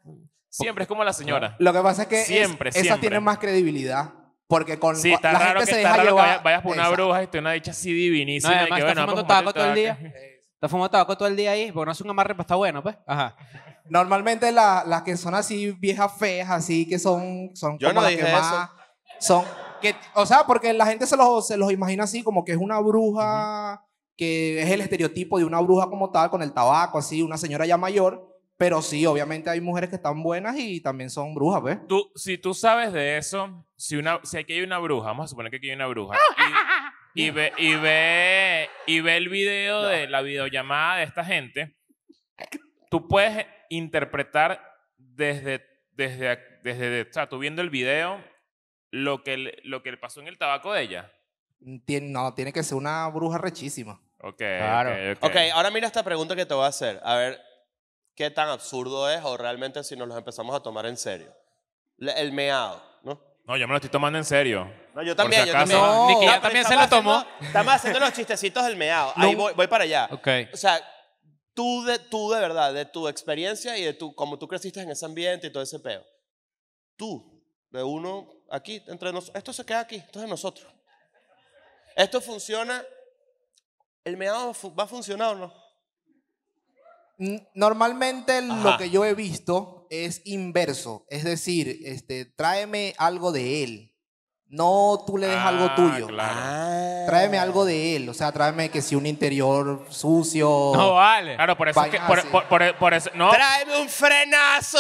siempre es como la señora. Lo que pasa es que es- Siempre, esas siempre. tienen más credibilidad. Porque con Sí, cua- está la raro, gente que, se está deja raro que llevar. vaya- vayas por una Exacto. bruja y esté una dicha así divinísima. No, y y además que, está bueno, pues, vamos fumando a tabaco fumarte un todo el tabaco. día. Está fumando tabaco todo el día ahí, porque no hace un amarre para estar bueno, pues. Ajá. Normalmente la- las que son así viejas feas, así que son, son Yo como no las que dije más son que, o sea, porque la gente se los, se los imagina así como que es una bruja que es el estereotipo de una bruja como tal con el tabaco, así, una señora ya mayor, pero sí, obviamente hay mujeres que están buenas y también son brujas, ¿ves? Tú, si tú sabes de eso, si, una, si aquí hay una bruja, vamos a suponer que aquí hay una bruja, y, y ve, y, ve, y ve el video de la videollamada de esta gente, tú puedes interpretar desde, desde, ac- desde o sea, tú viendo el video, lo que, le- lo que le pasó en el tabaco de ella. Tien- no, tiene que ser una bruja rechísima. Ok, Claro. ok, ok. Ok, ahora mira esta pregunta que te voy a hacer. A ver qué tan absurdo es o realmente si nos los empezamos a tomar en serio. Le- el meado, ¿no? No, yo me lo estoy tomando en serio. No, yo Por también, si yo acaso. también. No, Nicky, ya pero también se estamos lo tomó. haciendo- Estamos haciendo los chistecitos del meado. Ahí No. voy, voy para allá. Ok. O sea, tú de, tú de verdad, de tu experiencia y de tu, como tú creciste en ese ambiente y todo ese peo. Tú, de uno aquí, entre nosotros. Esto se queda aquí, esto es de nosotros. Esto funciona. ¿El meado fu- va a funcionar o no? N- Normalmente Ajá. lo que yo he visto es inverso, es decir, este, tráeme algo de él, no tú le des algo Ah, tuyo. claro. Tráeme algo de él, o sea, tráeme que si un interior sucio. No ah. vale. Claro, por eso es que... Vainas Por, así. por- por- por eso, no, Ah. ¡Tráeme un frenazo!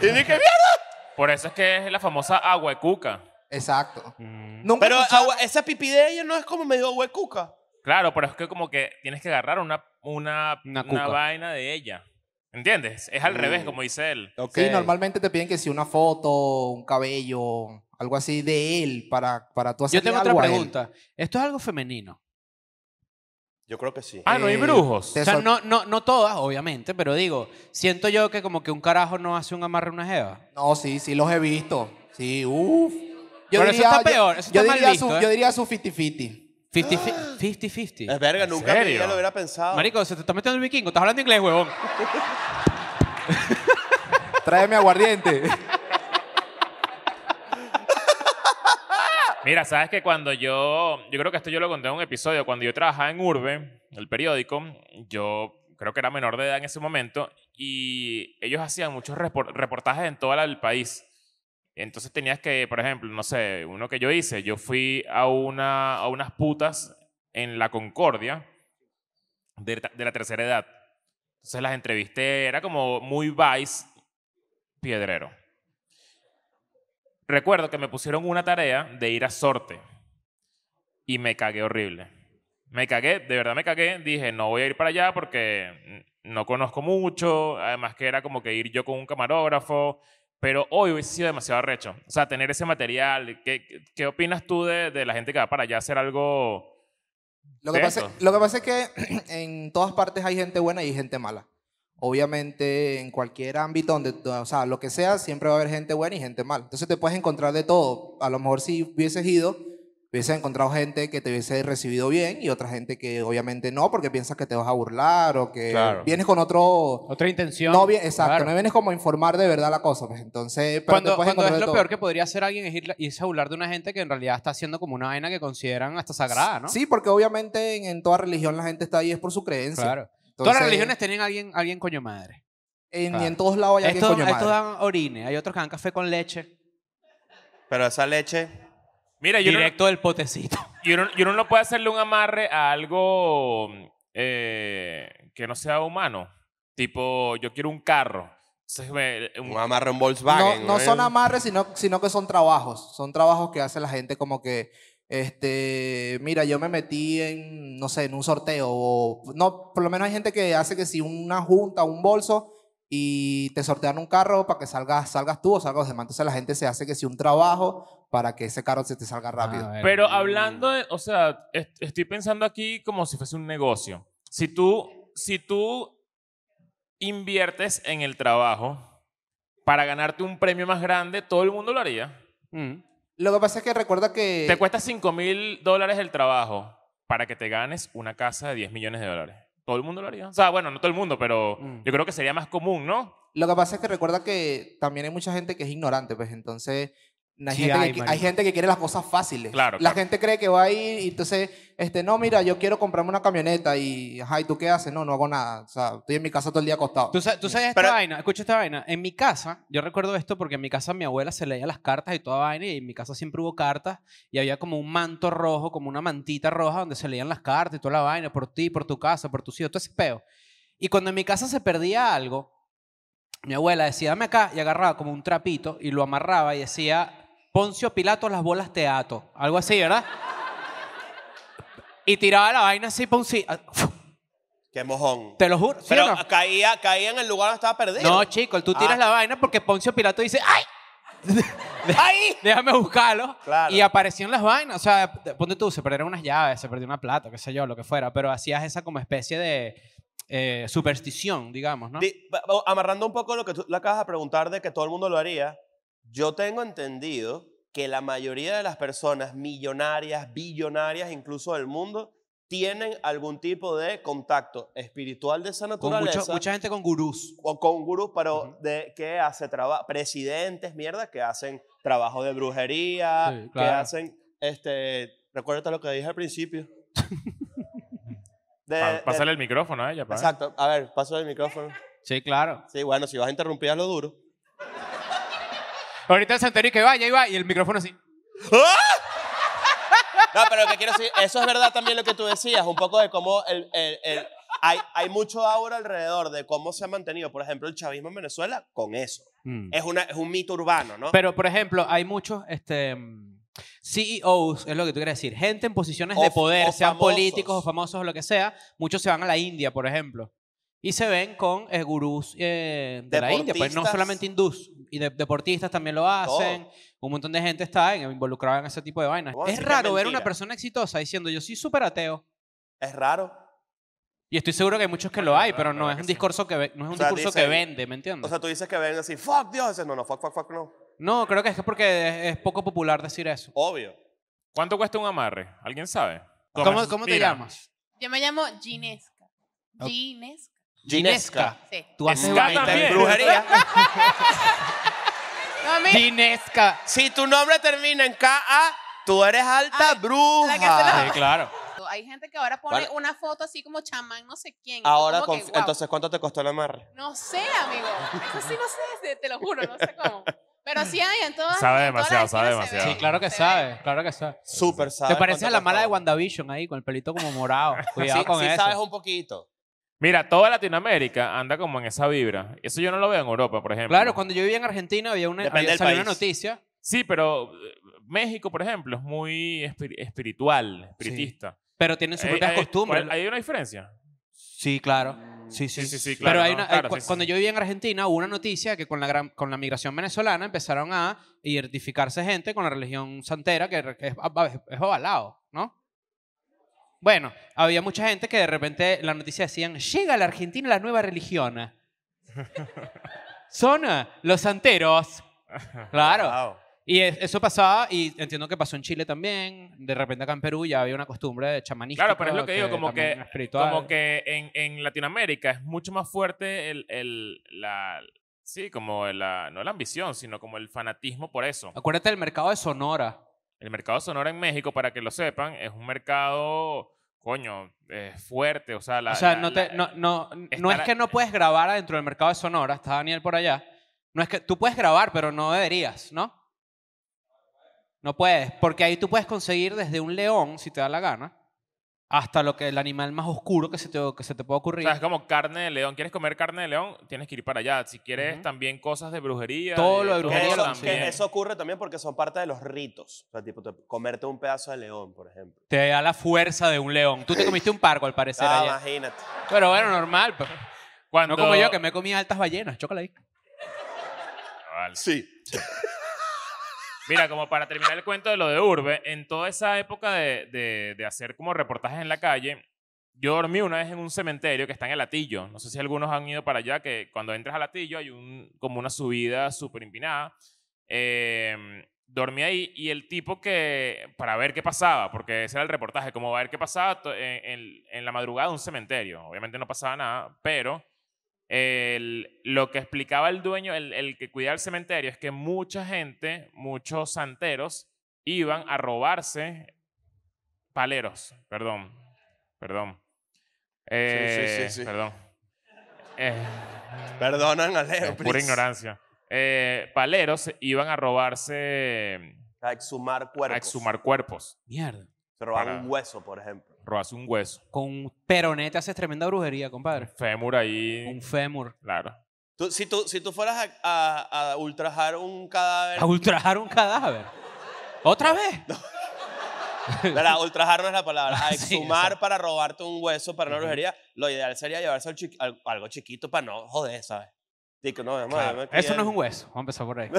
y dije, mierda. por eso es que es la famosa agua de cuca. Exacto. Mm. Nunca Pero he ah, escuchado- agua- esa pipí de ella no es como medio huecuca. Claro, pero es que como que tienes que agarrar una, una, Una una cuca. vaina de ella. ¿Entiendes? Es al revés, como dice él. Sí, normalmente te piden que si una foto, un cabello, algo así de él para, para tú hacer Yo tengo otra pregunta. Esto es algo femenino. Yo creo que sí. Ah, no hay Eh, brujos. te- O sea, sor- no, no, no todas, obviamente, pero digo, siento yo que como que un carajo no hace un amarre a una jeva. No, sí, sí los he visto. Sí, uff. Pero eso está peor, eso está mal diría visto, su, ¿eh? yo diría su 50-50. 50-50. Es verga, ¿En nunca en mi serio? vida lo hubiera pensado. Marico, se te está metiendo el vikingo. Estás hablando inglés, huevón. Tráeme aguardiente. Mira, sabes que cuando yo, yo creo que esto yo lo conté en un episodio, cuando yo trabajaba en Urbe, el periódico, yo creo que era menor de edad en ese momento, y ellos hacían muchos repor- reportajes en todo la- el país. Entonces tenías que, por ejemplo, no sé, uno que yo hice, yo fui a, una, a unas putas en la Concordia de, ta- de la tercera edad. Entonces las entrevisté, era como muy vice piedrero. Recuerdo que me pusieron una tarea de ir a sorte y me cagué horrible. Me cagué, de verdad me cagué. Dije, no voy a ir para allá porque no conozco mucho. Además que era como que ir yo con un camarógrafo. Pero hoy hubiese sido demasiado arrecho. O sea, tener ese material. ¿Qué, qué- qué opinas tú de, de la gente que va para allá a hacer algo? Lo que, pasa, Eso. lo que pasa es que en todas partes hay gente buena y hay gente mala. Obviamente, en cualquier ámbito donde, tú- o sea, lo que sea, siempre va a haber gente buena y gente mala. Entonces te puedes encontrar de todo. A lo mejor si hubieses ido, hubieses encontrado gente que te hubiese recibido bien y otra gente que obviamente no, porque piensas que te vas a burlar o que Claro. vienes con otro... Otra intención. No, vi- exacto, claro. no vienes como a informar de verdad la cosa, pues entonces... pero te Cuando, puedes cuando encontrar es de lo todo. peor que podría hacer alguien es ir- irse a burlar de una gente que en realidad está haciendo como una vaina que consideran hasta sagrada, ¿no? Sí, porque obviamente en, en toda religión la gente está ahí es por su creencia. claro. Todas Entonces, las religiones tienen alguien, alguien coño madre. en- claro. Y en todos lados hay alguien Estos coño estos madre. dan orine, hay otros que dan café con leche, Pero esa leche. Mira, yo no, directo del potecito. yo, no, yo no- no puedo hacerle un amarre a algo eh, que no sea humano. Tipo, yo quiero un carro. Entonces, me- un- Un amarre en No, Volkswagen. no son amarres. amarres, sino, sino que son trabajos. Son trabajos que hace la gente como que, este, mira, yo me metí en, no sé, en un sorteo. O, no, por lo menos hay gente que hace que si una junta, un bolso, y te sortean un carro para que salgas, salgas tú o salgas los demás. Entonces la gente se hace que si un trabajo para que ese carro se te salga Ah, rápido. Pero hablando, de- o sea, est- estoy pensando aquí como si fuese un negocio. Si tú, si tú inviertes en el trabajo para ganarte un premio más grande, todo el mundo lo haría. Mm. Lo que pasa es que recuerda Eh. que... Te cuesta 5 mil dólares el trabajo para que te ganes una casa de 10 millones de dólares. Todo el mundo lo haría. O sea, bueno, no todo el mundo, pero Mm. yo creo que sería más común, ¿no? Lo que pasa es que recuerda que también hay mucha gente que es ignorante, pues entonces hay, Sí gente, hay, que, qui- hay marico. gente que quiere las cosas fáciles. Claro, La claro. gente cree que va a ir y entonces, este, no, mira, yo quiero comprarme una camioneta y, ajá, ¿y tú qué haces? No, no hago nada. O sea, estoy en mi casa todo el día acostado. ¿Tú, sa- tú sabes esta Pero- vaina? Escucha esta vaina. En mi casa, yo recuerdo esto porque en mi casa mi abuela se leía las cartas y toda vaina y en mi casa siempre hubo cartas y había como un manto rojo, como una mantita roja donde se leían las cartas y toda la vaina por ti, por tu casa, por tus hijos, todo ese peo. Y cuando en mi casa se perdía algo, mi abuela decía, dame acá y agarraba como un trapito y lo amarraba y decía, Poncio Pilato las bolas te ato. Algo así, ¿verdad? Y tiraba la vaina así, Poncio. Qué mojón. Te lo juro. ¿sí o Pero no? caía, caía en el lugar donde estaba perdido. No, chico, tú tiras Ah. la vaina porque Poncio Pilato dice, ¡ay! ¡Ahí! Déjame buscarlo. Claro. Y aparecían las vainas. O sea, te- ponte tú, se perdieron unas llaves, se perdió una plata, qué sé yo, lo que fuera. Pero hacías esa como especie de eh, superstición, digamos, ¿no? Di- ba- ba- amarrando un poco lo que tú le acabas de preguntar de que todo el mundo lo haría, yo tengo entendido que la mayoría de las personas millonarias, billonarias, incluso del mundo, tienen algún tipo de contacto espiritual de esa Con naturaleza. mucho- mucha gente con gurús. o con gurús, pero Ujú. de, que hace trabajo, presidentes, mierda, que hacen trabajo de brujería, Sí, claro. que hacen, este, recuérdate lo que dije al principio. Eh, De- Pa- de- pásale el micrófono a ella. pa' ver. exacto, a ver, paso el micrófono. Sí, claro. Sí, bueno, si vas a interrumpir, hazlo duro. Ahorita el santero y que vaya, y va, y el micrófono así. No, pero lo que quiero decir, eso es verdad también lo que tú decías, un poco de cómo el, el- el- hay, hay mucho aura alrededor de cómo se ha mantenido, por ejemplo, el chavismo en Venezuela con eso. Es, una, es un mito urbano, ¿no? Pero, por ejemplo, hay muchos este, mm, CEOs, es lo que tú quieres decir, gente en posiciones O de f- poder, o sean famosos. políticos o famosos o lo que sea, muchos se van a la India, por ejemplo, y se ven con eh, gurús eh, de la India, pues no Deportistas. solamente hindús, y de- deportistas también lo hacen, un montón de gente está en- involucrada en ese tipo de vainas. Vamos a es decir que es raro ver una mentira. persona exitosa diciendo yo soy súper ateo. es raro. Y estoy seguro que hay muchos que Ah, lo hay, claro, pero la no verdad es que un sí. discurso que, ve- no es un O sea, discurso dice- que vende, ¿me entiendes? O sea, tú dices que ven así, fuck Dios, dices, no, no, fuck, fuck, fuck, no. no, creo que es que porque es- es poco popular decir eso. Obvio. ¿Cuánto cuesta un amarre? ¿Alguien sabe? ¿Cómo, Tomás, cómo te mira, llamas? Yo me llamo Ginesca. Ginesca. Ginesca. Sí. Tú haces Ska vaina. también. Brujería. No, mira, Ginesca. si tu nombre termina en K.A., tú eres alta Ay, bruja. la que se la- Sí, claro. hay gente que ahora pone Vale. una foto así como chamán, no sé quién. y tú Ahora, como que, conf- guau. entonces, ¿cuánto te costó el amarre? No sé, amigo. Eso sí no sé, te- te lo juro, no sé cómo. Pero sí hay en todas. Sabe en todas demasiado, las sabe esquinas se demasiado. ve, Sí, claro que se ve. sabe, claro que sabe. Súper sabes. Te pareces a cuánto la mala de costó. WandaVision ahí, con el pelito como morado. Cuidado Pues Sí, con sí eso. sabes un poquito. Mira, toda Latinoamérica anda como en esa vibra. Eso yo no lo veo en Europa, por ejemplo. Claro, cuando yo vivía en Argentina había una, Depende había- del salió país. una noticia. Sí, pero eh, México, por ejemplo, es muy espir- espiritual, espiritista. Pero tienen sus Eh, Hay- propias hay- costumbres. ¿cuál- ¿Hay una diferencia? Sí, claro. Sí, sí. Sí, sí, sí, Pero claro, hay no, una- eh, claro, cu- sí, sí, cuando sí. yo vivía en Argentina hubo una noticia que con la, gran- con la migración venezolana empezaron a identificarse gente con la religión santera que re- es, es, es avalado, ¿no? Bueno, había mucha gente que de repente la noticia decían, llega a la Argentina la nueva religión. Son eh, los santeros. Claro. Wow. Y es- eso pasaba, y entiendo que pasó en Chile también. De repente acá en Perú ya había una costumbre de chamanística. Claro, pero es lo que digo, como también que- era espiritual. Como que en, en Latinoamérica es mucho más fuerte el, el- la, sí, como la, no la ambición, sino como el fanatismo por eso. Acuérdate del mercado de Sonora. El mercado sonoro en México, para que lo sepan, es un mercado, coño, eh, fuerte. O sea, la, o sea, la- no, te- la- no, no, no estar es a- que no puedes grabar adentro del mercado de Sonora, está Daniel por allá. No es que tú puedes grabar, pero no deberías, ¿no? No puedes, porque ahí tú puedes conseguir desde un león, si te da la gana, hasta lo que el animal más oscuro que se te, que se te pueda o ocurrir. sea, es como carne de león. ¿Quieres comer carne de león? Tienes que ir para allá. Si quieres Ujú. también cosas de brujería. Todo lo de Que brujería eso, lo que también. eso ocurre también porque son parte de los ritos. O sea, tipo, te- comerte un pedazo de león, por ejemplo. Te da la fuerza de un león. Tú te comiste un pargo, al parecer. Ah, ayer. imagínate. Pero bueno, normal. pues. Cuando- No como yo, que me comí altas ballenas. Chócala ahí. Vale. Sí. Mira, como para terminar el cuento de lo de Urbe, en toda esa época de, de- de hacer como reportajes en la calle, yo dormí una vez en un cementerio que está en el Latillo. No sé si algunos han ido para allá, que cuando entras al Latillo hay un, como una subida súper empinada. Eh, dormí ahí y el tipo que, para ver qué pasaba, porque ese era el reportaje, como ver qué pasaba to- en, en- en la madrugada de un cementerio. Obviamente no pasaba nada, pero el- lo que explicaba el dueño, el, el que cuidaba el cementerio, es que mucha gente, muchos santeros, iban a robarse paleros, perdón, perdón. Eh, sí, sí. Perdón. Eh, Perdonan a Leo. pura please. ignorancia. Eh, paleros iban a robarse, eh, A exhumar a cuerpos. exhumar cuerpos, Mierda. Se roban para- un hueso, por ejemplo. robarse un hueso, Con un peronete haces tremenda brujería, compadre. fémur ahí, Un fémur. claro. Tú- si, tú, si tú fueras a, a- a ultrajar un cadáver. A ultrajar un cadáver. ¿Otra vez? Verá, ultrajar no es la palabra. Ah, A sí, exhumar exacto. para robarte un hueso para una brujería. Lo ideal sería llevarse al chiqui- al- algo chiquito para no joder, ¿sabes? Digo, no, mamá, Claro, Eso no es un hueso. Vamos a empezar por ahí.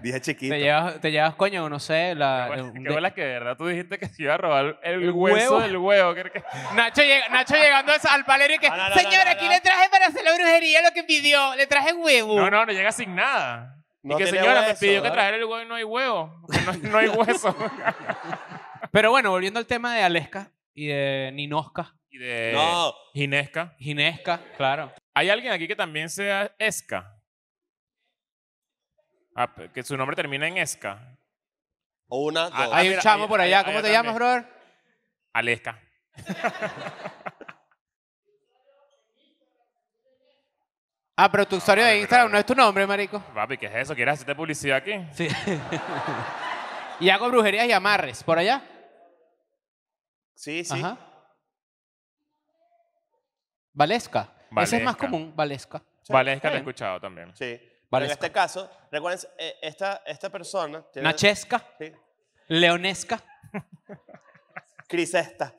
Dije chiquito. Te llevas, te llevas coño, no sé, Ah, la. Bueno, un qué de- bola que de verdad tú dijiste que se iba a robar el, ¿El hueso huevo? del huevo. que- que- Nacho, llega- Nacho llegando a- al palero y que. No, no, no, Señor, no, no, aquí no. le traje para hacer la brujería lo que pidió. Le traje huevo. No, no, no llega sin nada. Uh. No y que tiene señora me hueso, pidió que ¿verdad? trajera el huevo y no hay huevo. porque No, hay- no hay hueso. Pero bueno, volviendo al tema de Aleska y de Ninosca, y de No. Ginesca. Ginesca, claro. Hay alguien aquí que también sea Esca. Ah, pe- que su nombre termina en Esca. O una. Ah, dos. ah, Hay un mira, chamo ahí- por allá. ahí- ¿Cómo allá te llamas, brother? Alesca. Ah, pero tu usuario de pero- Instagram no es tu nombre, marico. Papi, ¿qué es eso? ¿Quieres hacerte publicidad aquí? Sí. y hago brujerías y amarres. ¿Por allá? Sí, sí. Ajá. Valesca. Ese es más Valesca. común, Valesca. Valesca lo he bien. escuchado también. Sí. Pero Vale, en este caso, recuerden, eh, esta, esta persona. Tiene, Nachesca, Sí. Leonesca. Crisesta.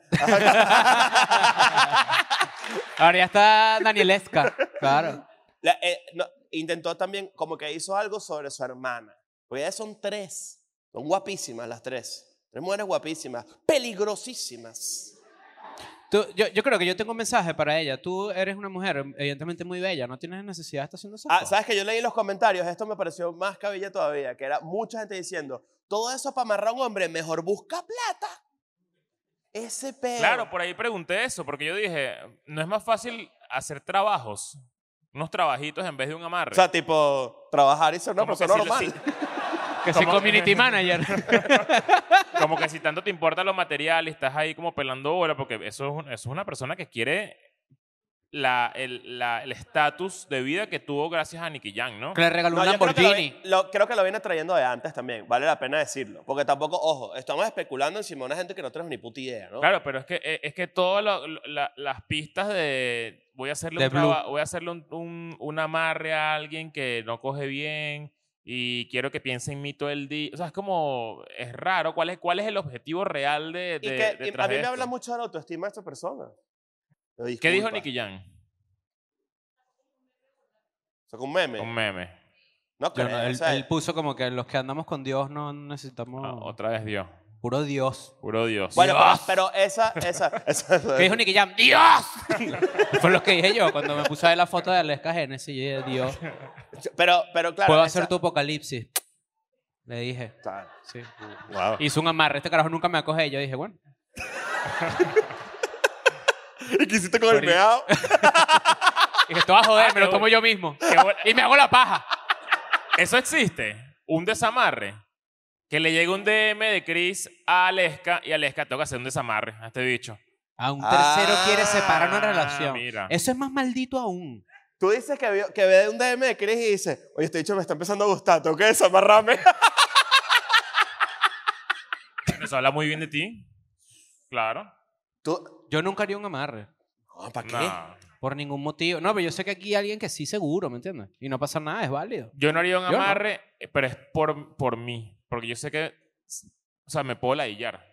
Ahora ya está Danielesca. Claro. La- eh, no, intentó también, como que hizo algo sobre su hermana. Porque ellas son tres. Son guapísimas las tres. Tres mujeres guapísimas. Peligrosísimas. Tú- yo, yo creo que yo tengo un mensaje para ella. Tú eres una mujer evidentemente muy bella. No tienes necesidad de estar haciendo eso. Ah, ¿Sabes que Yo leí en los comentarios, esto me pareció más cabilla todavía, que era mucha gente diciendo, todo eso para amarrar a un hombre, mejor busca plata. Ese pedo. Claro, pues. por ahí pregunté eso, porque yo dije, ¿no es más fácil hacer trabajos? Unos trabajitos en vez de un amarre. O sea, tipo, trabajar y ser una Como que persona si lo- normal. si- que soy ¿cómo? community manager. Como que si tanto te importa lo material y estás ahí como pelando bola, porque eso es, un- eso es una persona que quiere la, el la- el estatus de vida que tuvo gracias a Nicky Jam, ¿no? que le regaló No, un yo creo que lo Lamborghini. vi- lo- creo que lo viene trayendo de antes también, vale la pena decirlo. Porque tampoco, ojo, estamos especulando encima de una gente que no tenemos ni puta idea, ¿no? Claro, pero es que, eh, es que todas lo- lo- la- las pistas de voy a hacerle, De un, Blue. traba- voy a hacerle un, un- un amarre a alguien que no coge bien y quiero que piense en mí todo el día. O sea, es como, es raro. ¿Cuál es, cuál es el objetivo real de, Y de- que y detrás a mí de me esto? habla mucho de la autoestima de esta persona. Pero ¿Qué dijo disculpa, Nicky Jam? Sacó un meme. Un meme. No Yo creo, no, o él, sea, él puso como que los que andamos con Dios no necesitamos. Ah, otra vez Dios. Puro Dios. Puro Dios. Bueno, pero, pero esa, esa, esa- ¿Qué dijo Nicky Jam? ¡Dios! Fue lo que dije yo cuando me puse a ver la foto de Aleska Genesis. Yo dije, Dios, pero, pero claro. puedo esa- hacer tu apocalipsis. Le dije, Claro. sí. Wow. Hizo un amarre. Este carajo nunca me acoge. Y Yo dije, bueno. ¿Y qué hiciste con el Sorry. meado? Dije, esto va a joder, Ah, me lo qué tomo bu- yo mismo. Qué bu- Y me hago la paja. Eso existe. Un desamarre. Que le llega un DM de Chris a Aleska y Aleska toca hacer un desamarre a este bicho. A un tercero Ah, quiere separar una relación. mira. Eso es más maldito aún. Tú dices que, vio- que ve un DM de Chris y dice, oye, este dicho me está empezando a gustar, tengo que desamarrarme. Eso habla muy bien de ti. Claro. ¿Tú? Yo nunca haría un amarre. No, ¿Para qué? No. Por ningún motivo. No, pero yo sé que aquí hay alguien que sí seguro, ¿me entiendes? Y no pasa nada, es válido. Yo no haría un Yo no. amarre, eh, pero es por, por mí. Porque yo sé que. O sea, me puedo ladillar.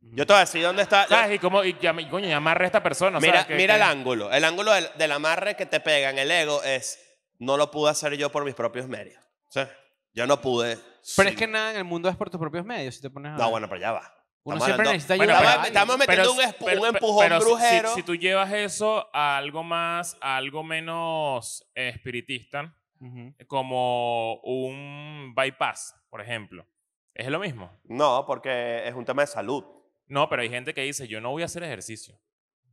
Yo te voy a decir dónde está. ¿Sabes? Y como. Y ya, me- coño, ya amarre a esta persona. mira ¿sabes? Que- mira que- el ángulo. El ángulo del, del amarre que te pega en el ego es, no lo pude hacer yo por mis propios medios. O sea, yo no pude. Pero es que nada en el mundo es por tus propios medios, si te pones a Ah. ver. No, bueno, pero ya va. Uno Estamos siempre hablando- necesita ayuda. Bueno, de estamos, alguien. pero- estamos metiendo si- un, espu- un empujón pero si- brujero. Si, si tú llevas eso a algo más, a algo menos eh, espiritista, Ujú. como un bypass, por ejemplo, es lo mismo. No, porque es un tema de salud. No, pero hay gente que dice, yo no voy a hacer ejercicio.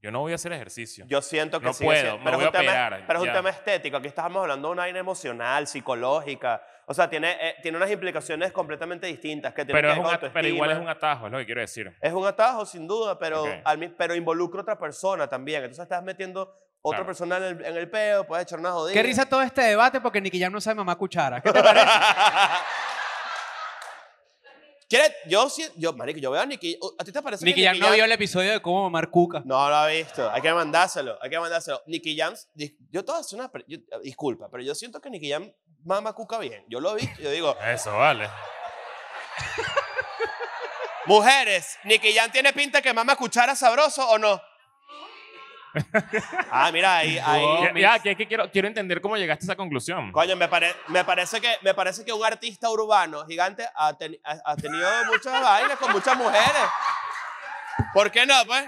Yo no voy a hacer ejercicio. Yo siento que No sigue puedo, siendo- me pero es voy un a tema- operar, pero es un ya. tema estético. Aquí estábamos hablando de una aire emocional, psicológica. O sea, tiene, eh, tiene unas implicaciones completamente distintas. Que tienen pero, que es ver un con at- pero igual es autoestima. un atajo, es lo que quiero decir. Es un atajo, sin duda, pero, Ok. al mi- pero involucra a otra persona también. Entonces estás metiendo otra Claro. persona en el, en el peo, puedes echar una jodida. Qué risa todo este debate porque Nicky Jam no sabe mamá cuchara. ¿Qué te parece? ¿Quieres? Yo, sí- yo, marico, yo veo a Nicky. uh, ¿A ti te parece Nicky que Jam no vio el episodio de cómo mamar cuca. No lo ha visto. Hay que mandárselo. Hay que mandárselo. Nicky Jam, dis- yo todas hacer una. pre- yo- eh, disculpa, pero yo siento que Nicky Jam mama cuca bien. Yo lo he visto. Yo digo, Eso, vale. mujeres, Nicky Jam tiene pinta que mama cuchara sabroso o no. ah, mira, ahí. ahí Ya- ya, que, que quiero, quiero entender cómo llegaste a esa conclusión. Coño, me, pare- me parece que, me parece que un artista urbano gigante ha, teni- ha- ha tenido muchas vainas con muchas mujeres. ¿Por qué no, pues?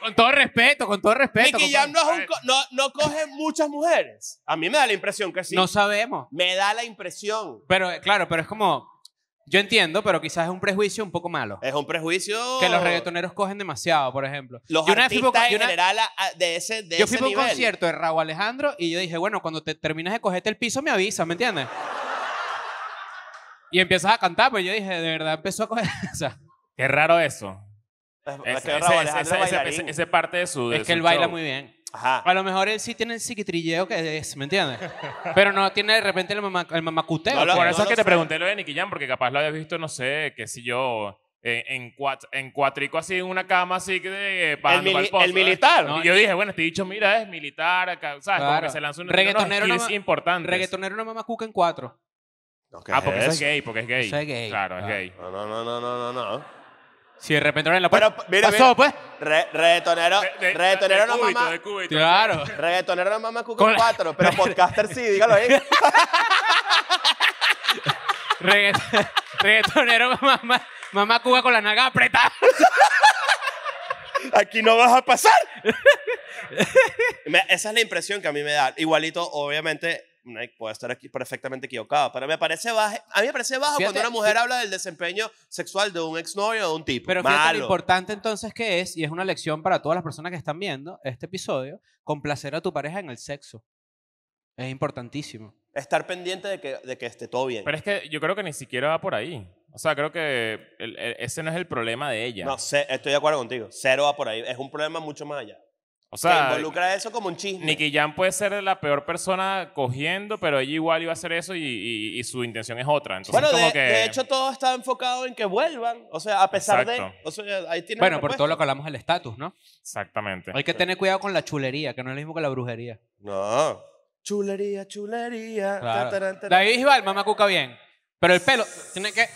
Con todo respeto, con todo respeto. Nicky compadre. Jam no, es un co- no- no coge muchas mujeres. A mí me da la impresión que sí. No sabemos. Me da la impresión. Pero eh, claro, pero es como. Yo entiendo, pero quizás es un prejuicio un poco malo. Es un prejuicio. Que los reggaetoneros cogen demasiado, por ejemplo. Oh. Los Yo una vez fui artistas por- yo en una- general a- a- de ese, de Yo ese fui por un nivel. concierto de Raúl Alejandro y yo dije, bueno, cuando te terminas de cogerte el piso me avisas, ¿me entiendes? Y empiezas a cantar, pues yo dije, de verdad empezó a coger. o sea, Qué raro eso. Es- es Ese, que Raúl ese- ese- Alejandro ese- es bailarín. ese- ese parte de su. de es que su él baila show. muy bien. Ajá. A lo mejor él sí tiene el psiquitrilleo que es, ¿me entiendes? Pero no tiene de repente el, mama- el mamacuteo. No lo- que- Por no eso es lo que sé. te pregunté lo de Nicky Jam, porque capaz lo habías visto, no sé, qué sé yo, en, en, cuat- en cuatrico así, en una cama así, que de, El, bajando mili- pa'l pozo, el ¿eh? militar. No, y yo dije, bueno, este dicho, mira, es militar, acá, ¿sabes? Como Claro. que se lanzó un Reggaetonero unos skills nomás- importantes. Reggaetonero no mamacuca en cuatro. No, ¿qué Ah, porque eso es eso? gay, porque es gay. Eso es gay. Ah. Claro, es Claro. gay. No, no, no, no, no, no. no. Si de repente en la Pero, puerta. mira, pasó, pues? Re, reggaetonero, De- de- reggaetonero de no cúbito, mama, de cúbito. Claro. reggaetonero no mama Cuca Con la- 4, pero podcaster sí, dígalo ahí. Regga- Reggaetonero mamá, mamá cuca con la nalga apretada. Aquí no vas a pasar. Me- esa es la impresión que a mí me da. Igualito, obviamente, Mike, puedo estar aquí perfectamente equivocado, pero me parece bajo, a mí me parece bajo Fíjate, cuando una mujer habla del desempeño sexual de un exnovio o de un tipo. Pero fíjate lo Malo. importante entonces que es, y es una lección para todas las personas que están viendo este episodio, complacer a tu pareja en el sexo. Es importantísimo. Estar pendiente de que, de que esté todo bien. Pero es que yo creo que ni siquiera va por ahí. O sea, creo que el- el- ese no es el problema de ella. No, sé, estoy de acuerdo contigo. Cero va por ahí. Es un problema mucho más allá. o Se sea, involucra eso como un chisme. Nicky Jam puede ser la peor persona cogiendo, pero ella igual iba a hacer eso y, y- y su intención es otra. Entonces, Bueno, como de, que... de hecho todo está enfocado en que vuelvan, o sea, a pesar de, Exacto. o sea, ahí tiene Bueno, por todo lo que hablamos del estatus, ¿no? Exactamente. Hay que tener cuidado con la chulería, que no es lo mismo que la brujería. No. Chulería, chulería. ta, taran, taran. David Bisbal, mamá cuca bien. Pero el pelo, tiene que...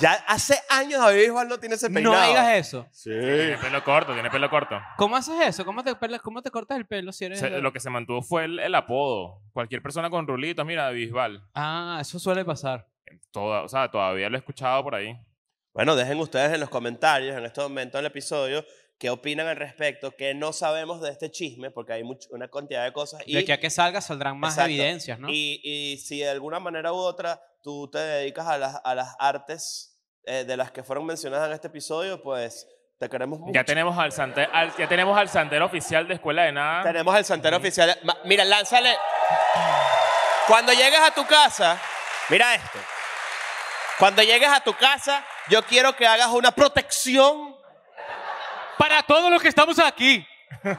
Ya hace años David Bisbal no tiene ese peinado. No digas eso. Sí. Tiene pelo corto, tiene pelo corto. ¿Cómo haces eso? ¿Cómo te, pelas- cómo te cortas el pelo si eres... Se- lo que se mantuvo fue el, el apodo. Cualquier persona con rulitos, mira, Bisbal. Ah, eso suele pasar. Toda, o sea, todavía lo he escuchado por ahí. Bueno, dejen ustedes en los comentarios en este momento del episodio qué opinan al respecto, qué no sabemos de este chisme, porque hay much- una cantidad de cosas. Y, De que a que salga saldrán más Exacto. evidencias, ¿no? y, y si de alguna manera u otra tú te dedicas a las, a las artes eh, de las que fueron mencionadas en este episodio, pues te queremos mucho. Ya tenemos al, sante- al- ya tenemos al santero oficial de Escuela de Nada. Tenemos el santero oficial. Ma- Mira, lánzale. Cuando llegues a tu casa, mira esto. Cuando llegues a tu casa, yo quiero que hagas una protección. Para todos los que estamos aquí. Eh.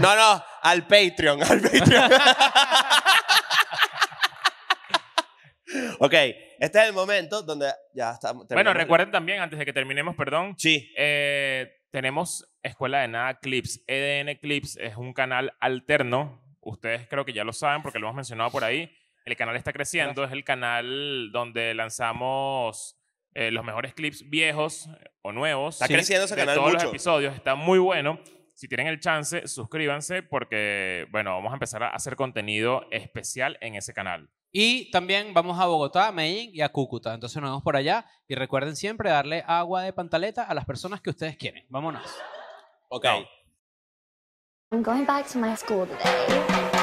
No, no, al Patreon, al Patreon. ok, este es el momento donde ya estamos. bueno, terminamos. recuerden también, antes de que terminemos, perdón, Sí, eh, tenemos Escuela de Nada Clips. EDN Clips es un canal alterno. Ustedes creo que ya lo saben porque lo hemos mencionado por ahí. El canal está creciendo. Es el canal donde lanzamos eh, los mejores clips viejos o nuevos. está creciendo ese de canal todos mucho. los episodios. Está muy bueno. Si tienen el chance, suscríbanse porque, bueno, vamos a empezar a hacer contenido especial en ese canal. Y también vamos a Bogotá, a Medellín y a Cúcuta. Entonces nos vemos por allá. Y recuerden siempre darle agua de pantaleta a las personas que ustedes quieren. Vámonos. Ok. No. I'm going back to my school today.